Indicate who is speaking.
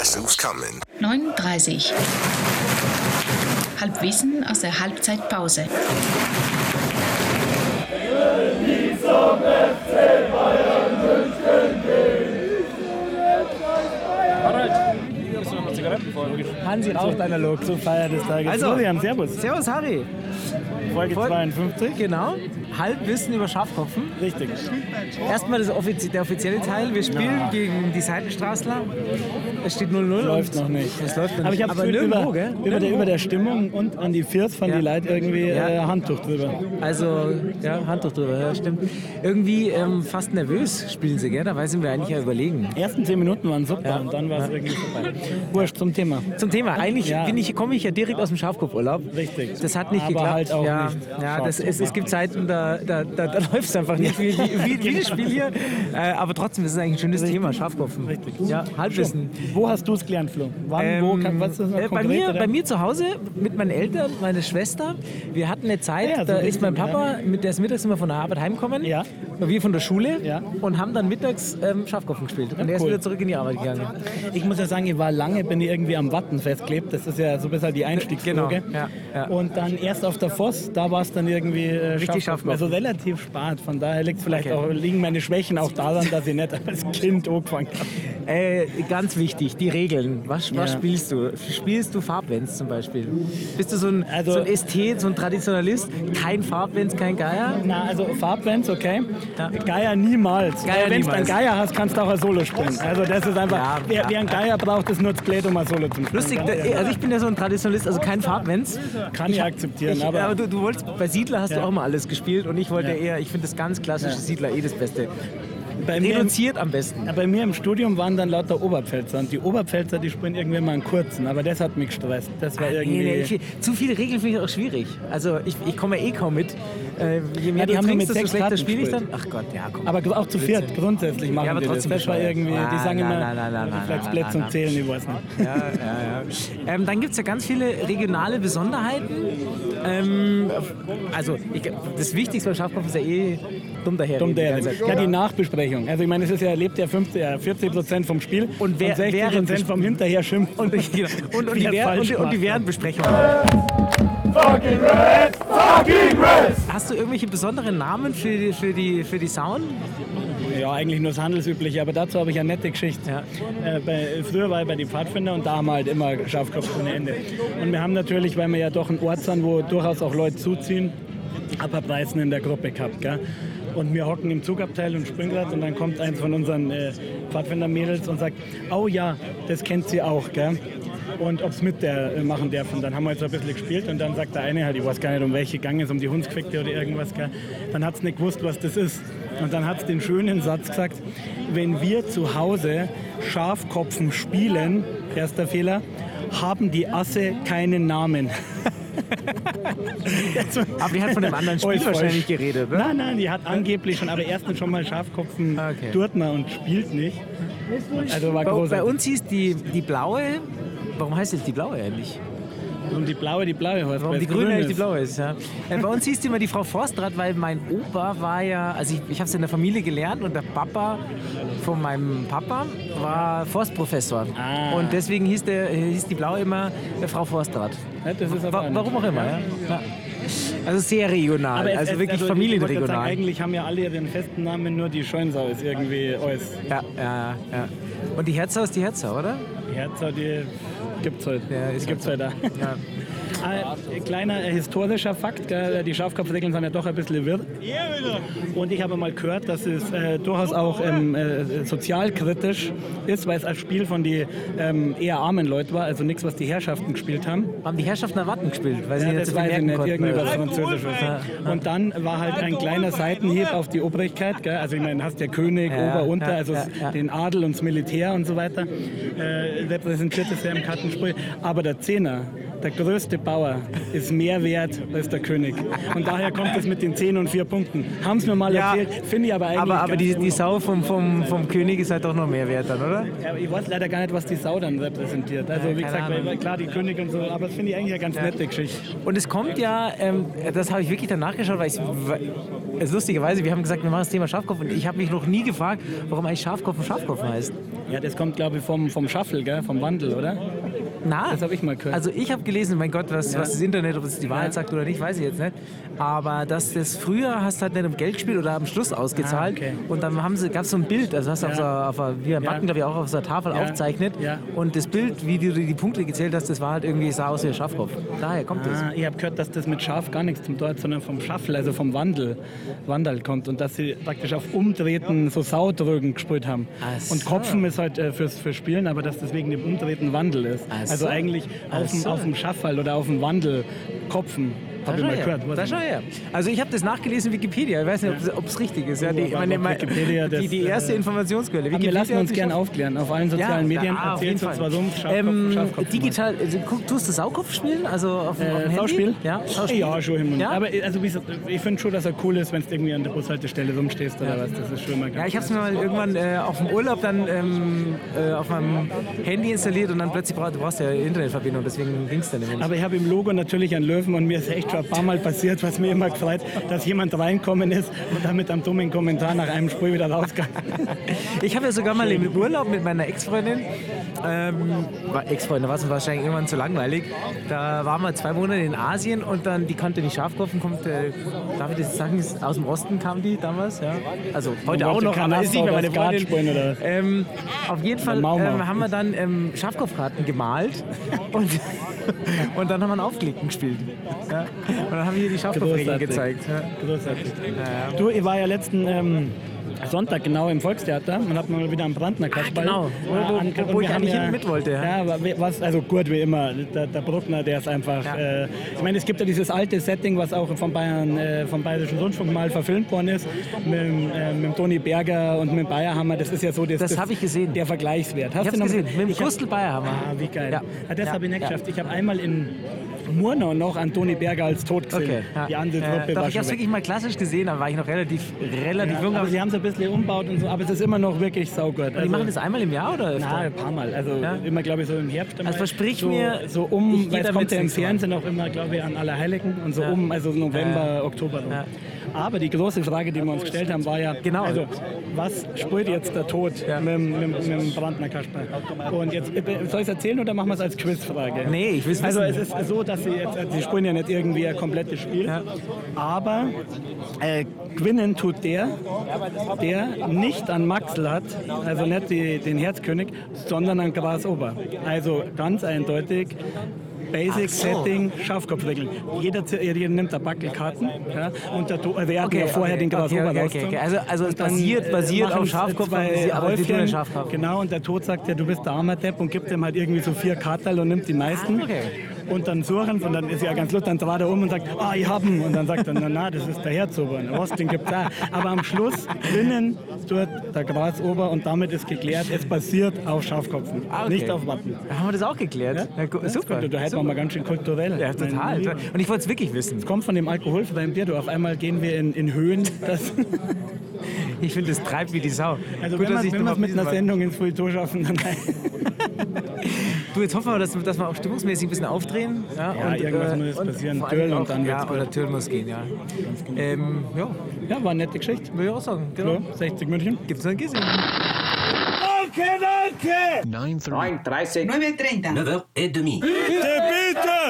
Speaker 1: zusammen.
Speaker 2: 39. Halbwissen aus der Halbzeitpause.
Speaker 3: Hansi raucht analog zur Feier des Tages.
Speaker 4: Also.
Speaker 3: Julian, servus.
Speaker 4: Servus, Harry.
Speaker 3: Folge
Speaker 4: Voll-
Speaker 3: 52.
Speaker 4: Genau. Halbwissen über Schafkopfen.
Speaker 3: Richtig.
Speaker 4: Erstmal das offizie der offizielle Teil. Wir spielen gegen die Seitenstraßler. Es steht 0-0.
Speaker 3: Läuft
Speaker 4: und-
Speaker 3: noch nicht.
Speaker 4: Es läuft noch nicht.
Speaker 3: Aber ich habe
Speaker 4: Aber
Speaker 3: Gefühl,
Speaker 4: nirgendwo,
Speaker 3: über,
Speaker 4: gell?
Speaker 3: über, der,
Speaker 4: Nirgendwo.
Speaker 3: über der Stimmung und an die Viert fanden
Speaker 4: Ja.
Speaker 3: die Leute irgendwie
Speaker 4: Ja.
Speaker 3: äh, Handtuch drüber.
Speaker 4: Also, ja, Handtuch drüber, ja, stimmt. Irgendwie ähm, fast nervös spielen sie, gell? Dabei sind wir eigentlich ja überlegen.
Speaker 3: Die ersten zehn Minuten waren super
Speaker 4: Ja.
Speaker 3: und dann war es irgendwie vorbei. Wurscht zum Thema.
Speaker 4: Zum Thema, eigentlich
Speaker 3: Ja.
Speaker 4: bin ich, komme ich ja direkt aus dem Schafkopfurlaub.
Speaker 3: Richtig.
Speaker 4: Das hat nicht
Speaker 3: Aber
Speaker 4: geklappt.
Speaker 3: halt auch
Speaker 4: ja,
Speaker 3: nicht.
Speaker 4: ja das,
Speaker 3: Schafkopf.
Speaker 4: es, es gibt Zeiten, da, da, da, da läuft es einfach nicht, wie,
Speaker 3: Genau.
Speaker 4: wie, wie das Spiel hier. Äh, aber trotzdem ist es eigentlich ein schönes Thema, Schafkopfen.
Speaker 3: Richtig.
Speaker 4: Ja, Halbwissen.
Speaker 3: Wo hast du es gelernt, Flo? Wann, wo,
Speaker 4: Ähm,
Speaker 3: kann, was ist noch
Speaker 4: äh, bei,
Speaker 3: konkret,
Speaker 4: mir,
Speaker 3: oder?
Speaker 4: bei mir zu Hause mit meinen Eltern, meine Schwester. Wir hatten eine Zeit,
Speaker 3: Ah Ja, so
Speaker 4: da ist mein
Speaker 3: richtig,
Speaker 4: Papa, mit der ist mittags immer von der Arbeit heimgekommen,
Speaker 3: Ja.
Speaker 4: und wir von der Schule
Speaker 3: Ja.
Speaker 4: und haben dann mittags ähm, Schafkopfen gespielt. Und er ist
Speaker 3: cool.
Speaker 4: wieder zurück in die Arbeit gegangen.
Speaker 3: Ich muss ja sagen, ich war lange, bin ich irgendwie am Watten festklebt. Das ist ja so besser die Einstiegsflüge.
Speaker 4: Genau, ja, ja.
Speaker 3: Und dann erst auf der Voss, da war es dann irgendwie äh,
Speaker 4: Richtig
Speaker 3: Schafkopf. Also relativ spart. Von daher liegt vielleicht
Speaker 4: Okay.
Speaker 3: auch, liegen meine Schwächen auch daran, dass ich nicht als Kind angefangen habe.
Speaker 4: Äh, ganz wichtig, die Regeln. Was, was
Speaker 3: Ja.
Speaker 4: spielst du? Spielst du Farbwenz zum Beispiel? Bist du so ein,
Speaker 3: Also-
Speaker 4: so ein Ästhet, so ein Traditionalist? Kein Farbwenz, kein Geier?
Speaker 3: Na, also Farbbands, okay.
Speaker 4: Ja.
Speaker 3: Geier niemals.
Speaker 4: Geier
Speaker 3: Wenn du einen
Speaker 4: niemals.
Speaker 3: Geier hast, kannst du auch ein Solo spielen. Also das ist einfach,
Speaker 4: Ja,
Speaker 3: wer,
Speaker 4: ja,
Speaker 3: wer einen Geier braucht, ist nur zu blöd, um ein Solo zu spielen.
Speaker 4: Lustig, da, also ich bin ja so ein Traditionalist, also kein Farbwenz.
Speaker 3: Kann ich akzeptieren,
Speaker 4: Ich,
Speaker 3: aber...
Speaker 4: aber du, du wolltest, bei Siedler hast du
Speaker 3: Ja.
Speaker 4: auch mal alles gespielt und ich wollte
Speaker 3: Ja.
Speaker 4: eher, ich finde das ganz klassische
Speaker 3: Ja.
Speaker 4: Siedler eh das Beste.
Speaker 3: bei mir im-
Speaker 4: Reduziert am besten.
Speaker 3: Ja, Bei mir im Studium waren dann lauter Oberpfälzer und die Oberpfälzer, die springen irgendwie mal einen kurzen, aber das hat mich gestresst. Das war irgendwie.
Speaker 4: Ah, Nee, nee, ich, zu viele Regeln finde ich auch schwierig. Also ich, ich komme ja eh kaum mit. Äh, je mehr
Speaker 3: Ja, die
Speaker 4: du
Speaker 3: haben nur
Speaker 4: trinkst,
Speaker 3: mit
Speaker 4: desto
Speaker 3: sechs
Speaker 4: schlechter
Speaker 3: Karten
Speaker 4: spiele ich dann.
Speaker 3: gespielt.
Speaker 4: Ach Gott, ja, komm.
Speaker 3: aber auch zu viert grundsätzlich machen
Speaker 4: Ja, aber
Speaker 3: die das.
Speaker 4: trotzdem
Speaker 3: Das war
Speaker 4: bescheuert.
Speaker 3: irgendwie, die
Speaker 4: Ah,
Speaker 3: sagen
Speaker 4: na,
Speaker 3: immer,
Speaker 4: na, na, na, na,
Speaker 3: vielleicht
Speaker 4: na,
Speaker 3: Plätze
Speaker 4: na,
Speaker 3: und Zählen, ich weiß nicht.
Speaker 4: Ja, ja, ja. Ähm, dann gibt es ja ganz viele regionale Besonderheiten. Ähm, also ich, das Wichtigste beim Schafkopf ist ja eh dumm daher.
Speaker 3: Dumm
Speaker 4: reden die
Speaker 3: der.
Speaker 4: ganze Zeit.
Speaker 3: Ja, die Nachbesprechung. Also ich meine, es ist ja, lebt ja 50, ja, 40 Prozent vom Spiel
Speaker 4: Und wer-
Speaker 3: 60
Speaker 4: während des-
Speaker 3: Prozent vom Hinterher schimpfen.
Speaker 4: Und, genau. und, und, die,
Speaker 3: Wer
Speaker 4: Wehr,
Speaker 3: falsch
Speaker 4: und, die- und die
Speaker 3: macht.
Speaker 4: Währendbesprechung. Hast du irgendwelche besonderen Namen für die, für die, für die Sound?
Speaker 3: Ja, eigentlich nur das Handelsübliche, aber dazu habe ich eine nette Geschichte.
Speaker 4: Ja.
Speaker 3: Äh, bei, früher war ich bei den Pfadfinder und da haben wir halt immer Schafkopf ohne Ende. Und wir haben natürlich, weil wir ja doch ein Ort sind, wo durchaus auch Leute zuziehen, Upperpreisen in der Gruppe gehabt. Gell? Und wir hocken im Zugabteil und springen grad und dann kommt eins von unseren äh, Pfadfinder-Mädels und sagt, oh ja, das kennt sie auch. Gell? Und ob es mit der äh, machen darf. Und dann haben wir jetzt ein bisschen gespielt und dann sagt der eine halt, ich weiß gar nicht, um welche Gang es um die Hundsquickte oder irgendwas. Gell? Dann hat es nicht gewusst, was das ist. Und dann hat es den schönen Satz gesagt, wenn wir zu Hause Schafkopfen spielen, erster Fehler, haben die Asse keinen Namen.
Speaker 4: Aber die hat von einem anderen
Speaker 3: Oh,
Speaker 4: Spiel
Speaker 3: ist voll.
Speaker 4: wahrscheinlich geredet, ne? oder?
Speaker 3: Nein, nein, die hat angeblich schon, aber erstens schon mal Schafkopfen
Speaker 4: Ah, okay.
Speaker 3: tut man und spielt nicht. Also war
Speaker 4: Bei, bei
Speaker 3: großartig.
Speaker 4: uns hieß die, die blaue. Warum heißt jetzt die blaue eigentlich?
Speaker 3: Und die blaue, die blaue heißt,
Speaker 4: Warum
Speaker 3: weil
Speaker 4: die
Speaker 3: es
Speaker 4: grüne
Speaker 3: grün
Speaker 4: eigentlich die
Speaker 3: ist.
Speaker 4: blaue ist, ja. Äh, Bei uns hieß die immer die Frau Forstrat, weil mein Opa war ja, also ich, ich habe es in der Familie gelernt und der Papa von meinem Papa war Forstprofessor.
Speaker 3: Ah.
Speaker 4: Und deswegen hieß, der, hieß die blaue immer äh, Frau Forstrat.
Speaker 3: Ja, das ist aber
Speaker 4: Wa
Speaker 3: eine-
Speaker 4: warum auch immer, ja. ja. Also sehr regional,
Speaker 3: es-
Speaker 4: also
Speaker 3: es- ich
Speaker 4: wirklich
Speaker 3: wollte gerade Sagen,
Speaker 4: familienregional.
Speaker 3: eigentlich haben ja alle ihren festen Namen, nur die Scheunsau ist irgendwie alles.
Speaker 4: Ja, ja, ja. Und die Herzau ist die Herzau, oder?
Speaker 3: Die Herzau, die gibt's heute.
Speaker 4: Ja, ist halt
Speaker 3: die gibt's heute. auch.
Speaker 4: Ja.
Speaker 3: Ein kleiner äh, historischer Fakt, gell, äh, die Schafkopfregeln sind ja doch ein bisschen wirr. Und ich habe mal gehört, dass es äh, durchaus auch ähm, äh, sozialkritisch ist, weil es als Spiel von die ähm, eher armen Leute war, also nichts, was die Herrschaften gespielt haben.
Speaker 4: Haben die Herrschaften erwarten gespielt, weil sie
Speaker 3: Ja,
Speaker 4: nicht
Speaker 3: das
Speaker 4: so viel
Speaker 3: weiß ich
Speaker 4: merken
Speaker 3: nicht,
Speaker 4: konnten.
Speaker 3: irgendwie
Speaker 4: oder
Speaker 3: was
Speaker 4: so.
Speaker 3: Französisches. Und dann war halt ein kleiner Seitenhieb auf die Obrigkeit. Gell? Also ich meine, hast ja König,
Speaker 4: Ja,
Speaker 3: Ober, Unter,
Speaker 4: ja,
Speaker 3: also
Speaker 4: ja, ja.
Speaker 3: den Adel und das Militär und so weiter. Äh, repräsentiert es ja im Kartenspiel. Aber der Zehner, der größte Bauer ist mehr wert als der König. Und daher kommt es mit den 10 und 4 Punkten. Haben es mir mal
Speaker 4: Ja.
Speaker 3: erzählt, finde ich aber eigentlich
Speaker 4: Aber, aber
Speaker 3: ganz
Speaker 4: die,
Speaker 3: cool.
Speaker 4: die Sau vom, vom, vom König ist halt doch noch mehr wert dann, oder?
Speaker 3: Ja, ich weiß leider gar nicht, was die Sau dann repräsentiert. Also wie
Speaker 4: keine
Speaker 3: gesagt, weil,
Speaker 4: Ahnung.
Speaker 3: weil klar, die König und so, aber das finde ich eigentlich eine ganz nette Geschichte.
Speaker 4: Und es kommt ja, ähm, das habe ich wirklich danach geschaut, weil ich es lustigerweise, wir haben gesagt, wir machen das Thema Schafkopf und ich habe mich noch nie gefragt, warum eigentlich Schafkopf und Schafkopf heißt.
Speaker 3: Ja, das kommt glaube ich vom, vom Shuffle, gell? vom Wandel, oder?
Speaker 4: Na,
Speaker 3: Das habe ich mal gehört.
Speaker 4: Also ich habe gelesen, mein Gott, was,
Speaker 3: Ja.
Speaker 4: was das Internet, ob es die Wahrheit sagt oder nicht, weiß ich jetzt nicht. Aber dass das früher hast du halt nicht um Geld gespielt oder am Schluss ausgezahlt.
Speaker 3: Ah, okay.
Speaker 4: Und dann haben sie, gab es so ein Bild, also hast du auf so,
Speaker 3: Ja.
Speaker 4: auf einer- wie ein
Speaker 3: Ja.
Speaker 4: Button, glaube ich, auch auf so einer Tafel
Speaker 3: Ja.
Speaker 4: aufzeichnet.
Speaker 3: Ja.
Speaker 4: Und das Bild, wie du die Punkte gezählt hast, das war halt irgendwie, sah aus wie ein Schafkopf. Daher kommt das.
Speaker 3: Ah, ich habe gehört, dass das mit Schaf gar nichts zum Tor hat, sondern vom Shuffle, also vom Wandel, Wandel kommt und dass sie praktisch auf Umtreten so Saudrücken gespielt haben.
Speaker 4: Ach so.
Speaker 3: Und Kopfen ist halt äh, fürs, fürs Spielen, aber dass das wegen dem Umtreten Wandel ist.
Speaker 4: Ach so.
Speaker 3: Also eigentlich
Speaker 4: Ach
Speaker 3: auf dem,
Speaker 4: so.
Speaker 3: auf dem Shuffle oder auf dem Wandel Kopfen,
Speaker 4: Da
Speaker 3: habe ich
Speaker 4: schau
Speaker 3: mal
Speaker 4: her.
Speaker 3: gehört. weiß
Speaker 4: Da
Speaker 3: ich
Speaker 4: schau
Speaker 3: nicht.
Speaker 4: her. Also ich habe das nachgelesen in Wikipedia. Ich weiß nicht, ob es richtig ist. Ja, die,
Speaker 3: Oh, aber
Speaker 4: meine, meine,
Speaker 3: Wikipedia, das,
Speaker 4: die, die erste
Speaker 3: äh,
Speaker 4: Informationsquelle.
Speaker 3: Aber wir lassen
Speaker 4: hat
Speaker 3: uns
Speaker 4: sich
Speaker 3: gern
Speaker 4: schon-
Speaker 3: aufklären auf allen sozialen
Speaker 4: ja,
Speaker 3: Medien.
Speaker 4: ah, auf jeden
Speaker 3: Erzählt uns
Speaker 4: Fall.
Speaker 3: warum. Schafkopf,
Speaker 4: ähm,
Speaker 3: Schafkopf.
Speaker 4: digital, also, guck, tust du Saukopf spielen? Also auf, dem- auf dem
Speaker 3: Äh,
Speaker 4: Handy?
Speaker 3: Schauspiel?
Speaker 4: Ja, Schauspiel.
Speaker 3: Ja, schon hin und
Speaker 4: Ja?
Speaker 3: Aber also, wie gesagt, ich finde schon, dass er cool ist, wenn du irgendwie an der Bushaltestelle rumstehst oder was. Das ist schon mal
Speaker 4: Ja,
Speaker 3: ganz
Speaker 4: ich habe es mir mal irgendwann äh, auf dem Urlaub dann ähm, äh, auf meinem Handy installiert und dann plötzlich brauch, du brauchst ja Internetverbindung, deswegen ging es dann nämlich.
Speaker 3: Aber ich habe im Logo natürlich einen Löwen und mir ist echt schon ein paar Mal passiert, was mir immer gefreut, dass jemand reinkommen ist und dann mit einem dummen Kommentar nach einem Sprüh wieder rausgegangen.
Speaker 4: Ich habe ja sogar mal im Urlaub mit meiner Ex-Freundin, ähm, war- Ex-Freundin war es wahrscheinlich irgendwann zu langweilig, da waren wir zwei Monate in Asien und dann, die konnte nicht scharf kaufen, kommt, äh, darf ich das sagen, ist- aus dem Osten kam die damals, ja. Also heute
Speaker 3: Wollte
Speaker 4: auch noch,
Speaker 3: kein
Speaker 4: aber ist nicht mehr
Speaker 3: Nassau
Speaker 4: meine
Speaker 3: oder Skat
Speaker 4: Freundin.
Speaker 3: spielen oder was?
Speaker 4: Ähm, auf jeden Fall
Speaker 3: Mau Mau.
Speaker 4: ähm, haben wir dann ähm, Schafkopfkarten gemalt und, und dann haben wir einen Aufklicken gespielt. Ja. Und dann haben wir ihr die Schafkopfregeln
Speaker 3: Großartig.
Speaker 4: gezeigt. Ja.
Speaker 3: Großartig.
Speaker 4: Äh,
Speaker 3: Du, ich war ja letzten ähm, Sonntag genau im Volkstheater und hab mal wieder am Brandner Kasperl.
Speaker 4: genau. Wo- wo-
Speaker 3: an-
Speaker 4: wo
Speaker 3: und
Speaker 4: ich
Speaker 3: wir haben
Speaker 4: eigentlich hin mit wollte, ja.
Speaker 3: Ja, aber wir- was, also gut wie immer. Der, der Bruckner, der ist einfach.
Speaker 4: Ja.
Speaker 3: Äh, ich meine, es gibt ja dieses alte Setting, was auch vom, Bayern, äh, vom Bayerischen Rundfunk mal verfilmt worden ist. Mit, dem, äh, mit dem Toni Berger und mit dem Bayerhammer. Das ist ja so das,
Speaker 4: Das hab ich gesehen.
Speaker 3: der Vergleichswert.
Speaker 4: Ich
Speaker 3: Hast
Speaker 4: hab's
Speaker 3: noch-
Speaker 4: gesehen, mit dem
Speaker 3: Ich hab-
Speaker 4: Gustl Bayerhammer.
Speaker 3: Ah, wie geil.
Speaker 4: Ja.
Speaker 3: Ah, das
Speaker 4: Ja.
Speaker 3: habe ich nicht
Speaker 4: Ja.
Speaker 3: geschafft. Ich habe einmal in Murnau noch an Toni Berger als tot gesehen.
Speaker 4: Okay. ja.
Speaker 3: Die andere Truppe
Speaker 4: äh, doch,
Speaker 3: war
Speaker 4: ich
Speaker 3: schon
Speaker 4: habe es
Speaker 3: weg.
Speaker 4: wirklich mal klassisch gesehen, da war ich noch relativ, relativ
Speaker 3: Ja, also,
Speaker 4: jung.
Speaker 3: aber sie haben es ein bisschen umbaut und so, aber es ist immer noch wirklich saugut.
Speaker 4: Also, die machen das einmal im Jahr oder öfter?
Speaker 3: na, ein paar Mal. Also
Speaker 4: Ja.
Speaker 3: immer, glaube ich, so im Herbst. einmal.
Speaker 4: Also versprich
Speaker 3: so,
Speaker 4: mir,
Speaker 3: So
Speaker 4: ich
Speaker 3: um,
Speaker 4: geh
Speaker 3: weil
Speaker 4: da
Speaker 3: es kommt
Speaker 4: mit
Speaker 3: ja im
Speaker 4: nächstes Mal.
Speaker 3: Fernsehen auch immer, glaube ich, an Allerheiligen und so
Speaker 4: Ja.
Speaker 3: um, also November, Oktober. rum.
Speaker 4: Ja.
Speaker 3: Aber die große Frage, die wir uns gestellt haben, war ja,
Speaker 4: Genau.
Speaker 3: also, was spürt jetzt der Tod
Speaker 4: Ja.
Speaker 3: mit, dem- mit, dem- mit dem Brandner Kasper? Und jetzt, äh, soll ich es erzählen oder machen wir es als Quizfrage?
Speaker 4: Nee, ich will's
Speaker 3: Also es
Speaker 4: wissen.
Speaker 3: ist so, dass sie jetzt, also sie spielen ja nicht irgendwie ein komplettes Spiel,
Speaker 4: Ja.
Speaker 3: aber äh, gewinnen tut der, der nicht an Maxl hat, also nicht die, den Herzkönig, sondern an Grasober. Also ganz eindeutig. Basic
Speaker 4: Ach so.
Speaker 3: Setting, Schafkopfregeln. Jeder, z- jeder nimmt ein Backel Karten. Ja, und der, To- äh, wir hatten
Speaker 4: Okay,
Speaker 3: ja vorher
Speaker 4: okay,
Speaker 3: den
Speaker 4: okay,
Speaker 3: Grasober
Speaker 4: okay, okay,
Speaker 3: rausgezogen.
Speaker 4: okay. Also- also es
Speaker 3: Und dann, äh,
Speaker 4: basiert- basiert
Speaker 3: machen
Speaker 4: auf
Speaker 3: es
Speaker 4: Schafkopf,
Speaker 3: zwei
Speaker 4: aber sie- aber die tun ja
Speaker 3: Häufchen.
Speaker 4: Schafkopf.
Speaker 3: Genau, und der Tod sagt ja, du bist der armer Depp und gibt ihm halt irgendwie so vier Kartel und nimmt die meisten.
Speaker 4: Ah, okay.
Speaker 3: Und dann suchen sie und dann ist ja ganz lustig, dann dreht er um und sagt, ah, ich hab ihn. Und dann sagt er, na, na, das ist der Herzober. Und was, den gibt's auch. Aber am Schluss gewinnen tut der Grasober und damit ist geklärt, es basiert auf Schafkopfen,
Speaker 4: Ah, okay.
Speaker 3: nicht auf Wappen.
Speaker 4: Da haben wir das auch geklärt. Ja, gu-
Speaker 3: Das
Speaker 4: super.
Speaker 3: Könnte, da hätten wir
Speaker 4: super.
Speaker 3: mal ganz schön kulturell.
Speaker 4: Ja, total.
Speaker 3: Mein
Speaker 4: total.
Speaker 3: Lieber.
Speaker 4: Und ich wollte es wirklich wissen.
Speaker 3: Es kommt von dem alkoholfreien Bier, du. Auf einmal gehen wir in, in Höhen. Das,
Speaker 4: Ich finde, es treibt wie die Sau.
Speaker 3: also
Speaker 4: Gut,
Speaker 3: wenn
Speaker 4: dass ich
Speaker 3: wir
Speaker 4: nochmal
Speaker 3: es mit einer
Speaker 4: diesen-
Speaker 3: Sendung ins Fouilleton schaffen, dann...
Speaker 4: Du, jetzt hoffen wir, dass, dass wir auch stimmungsmäßig ein bisschen aufdrehen. Ja, äh,
Speaker 3: Ja, irgendwas muss jetzt passieren.
Speaker 4: vor allem
Speaker 3: Türl und
Speaker 4: auch-
Speaker 3: dann
Speaker 4: ja,
Speaker 3: wird's genau.
Speaker 4: oder Türl muss gehen, ja. Ähm, ja,
Speaker 3: Ja, war eine nette Geschichte.
Speaker 4: würde ich auch sagen. Genau.
Speaker 3: Hallo, 60 München.
Speaker 4: Gibt's noch ein Gissing?
Speaker 1: 9.30
Speaker 5: 9.30.
Speaker 6: h et demie.
Speaker 1: Bitte, bitte!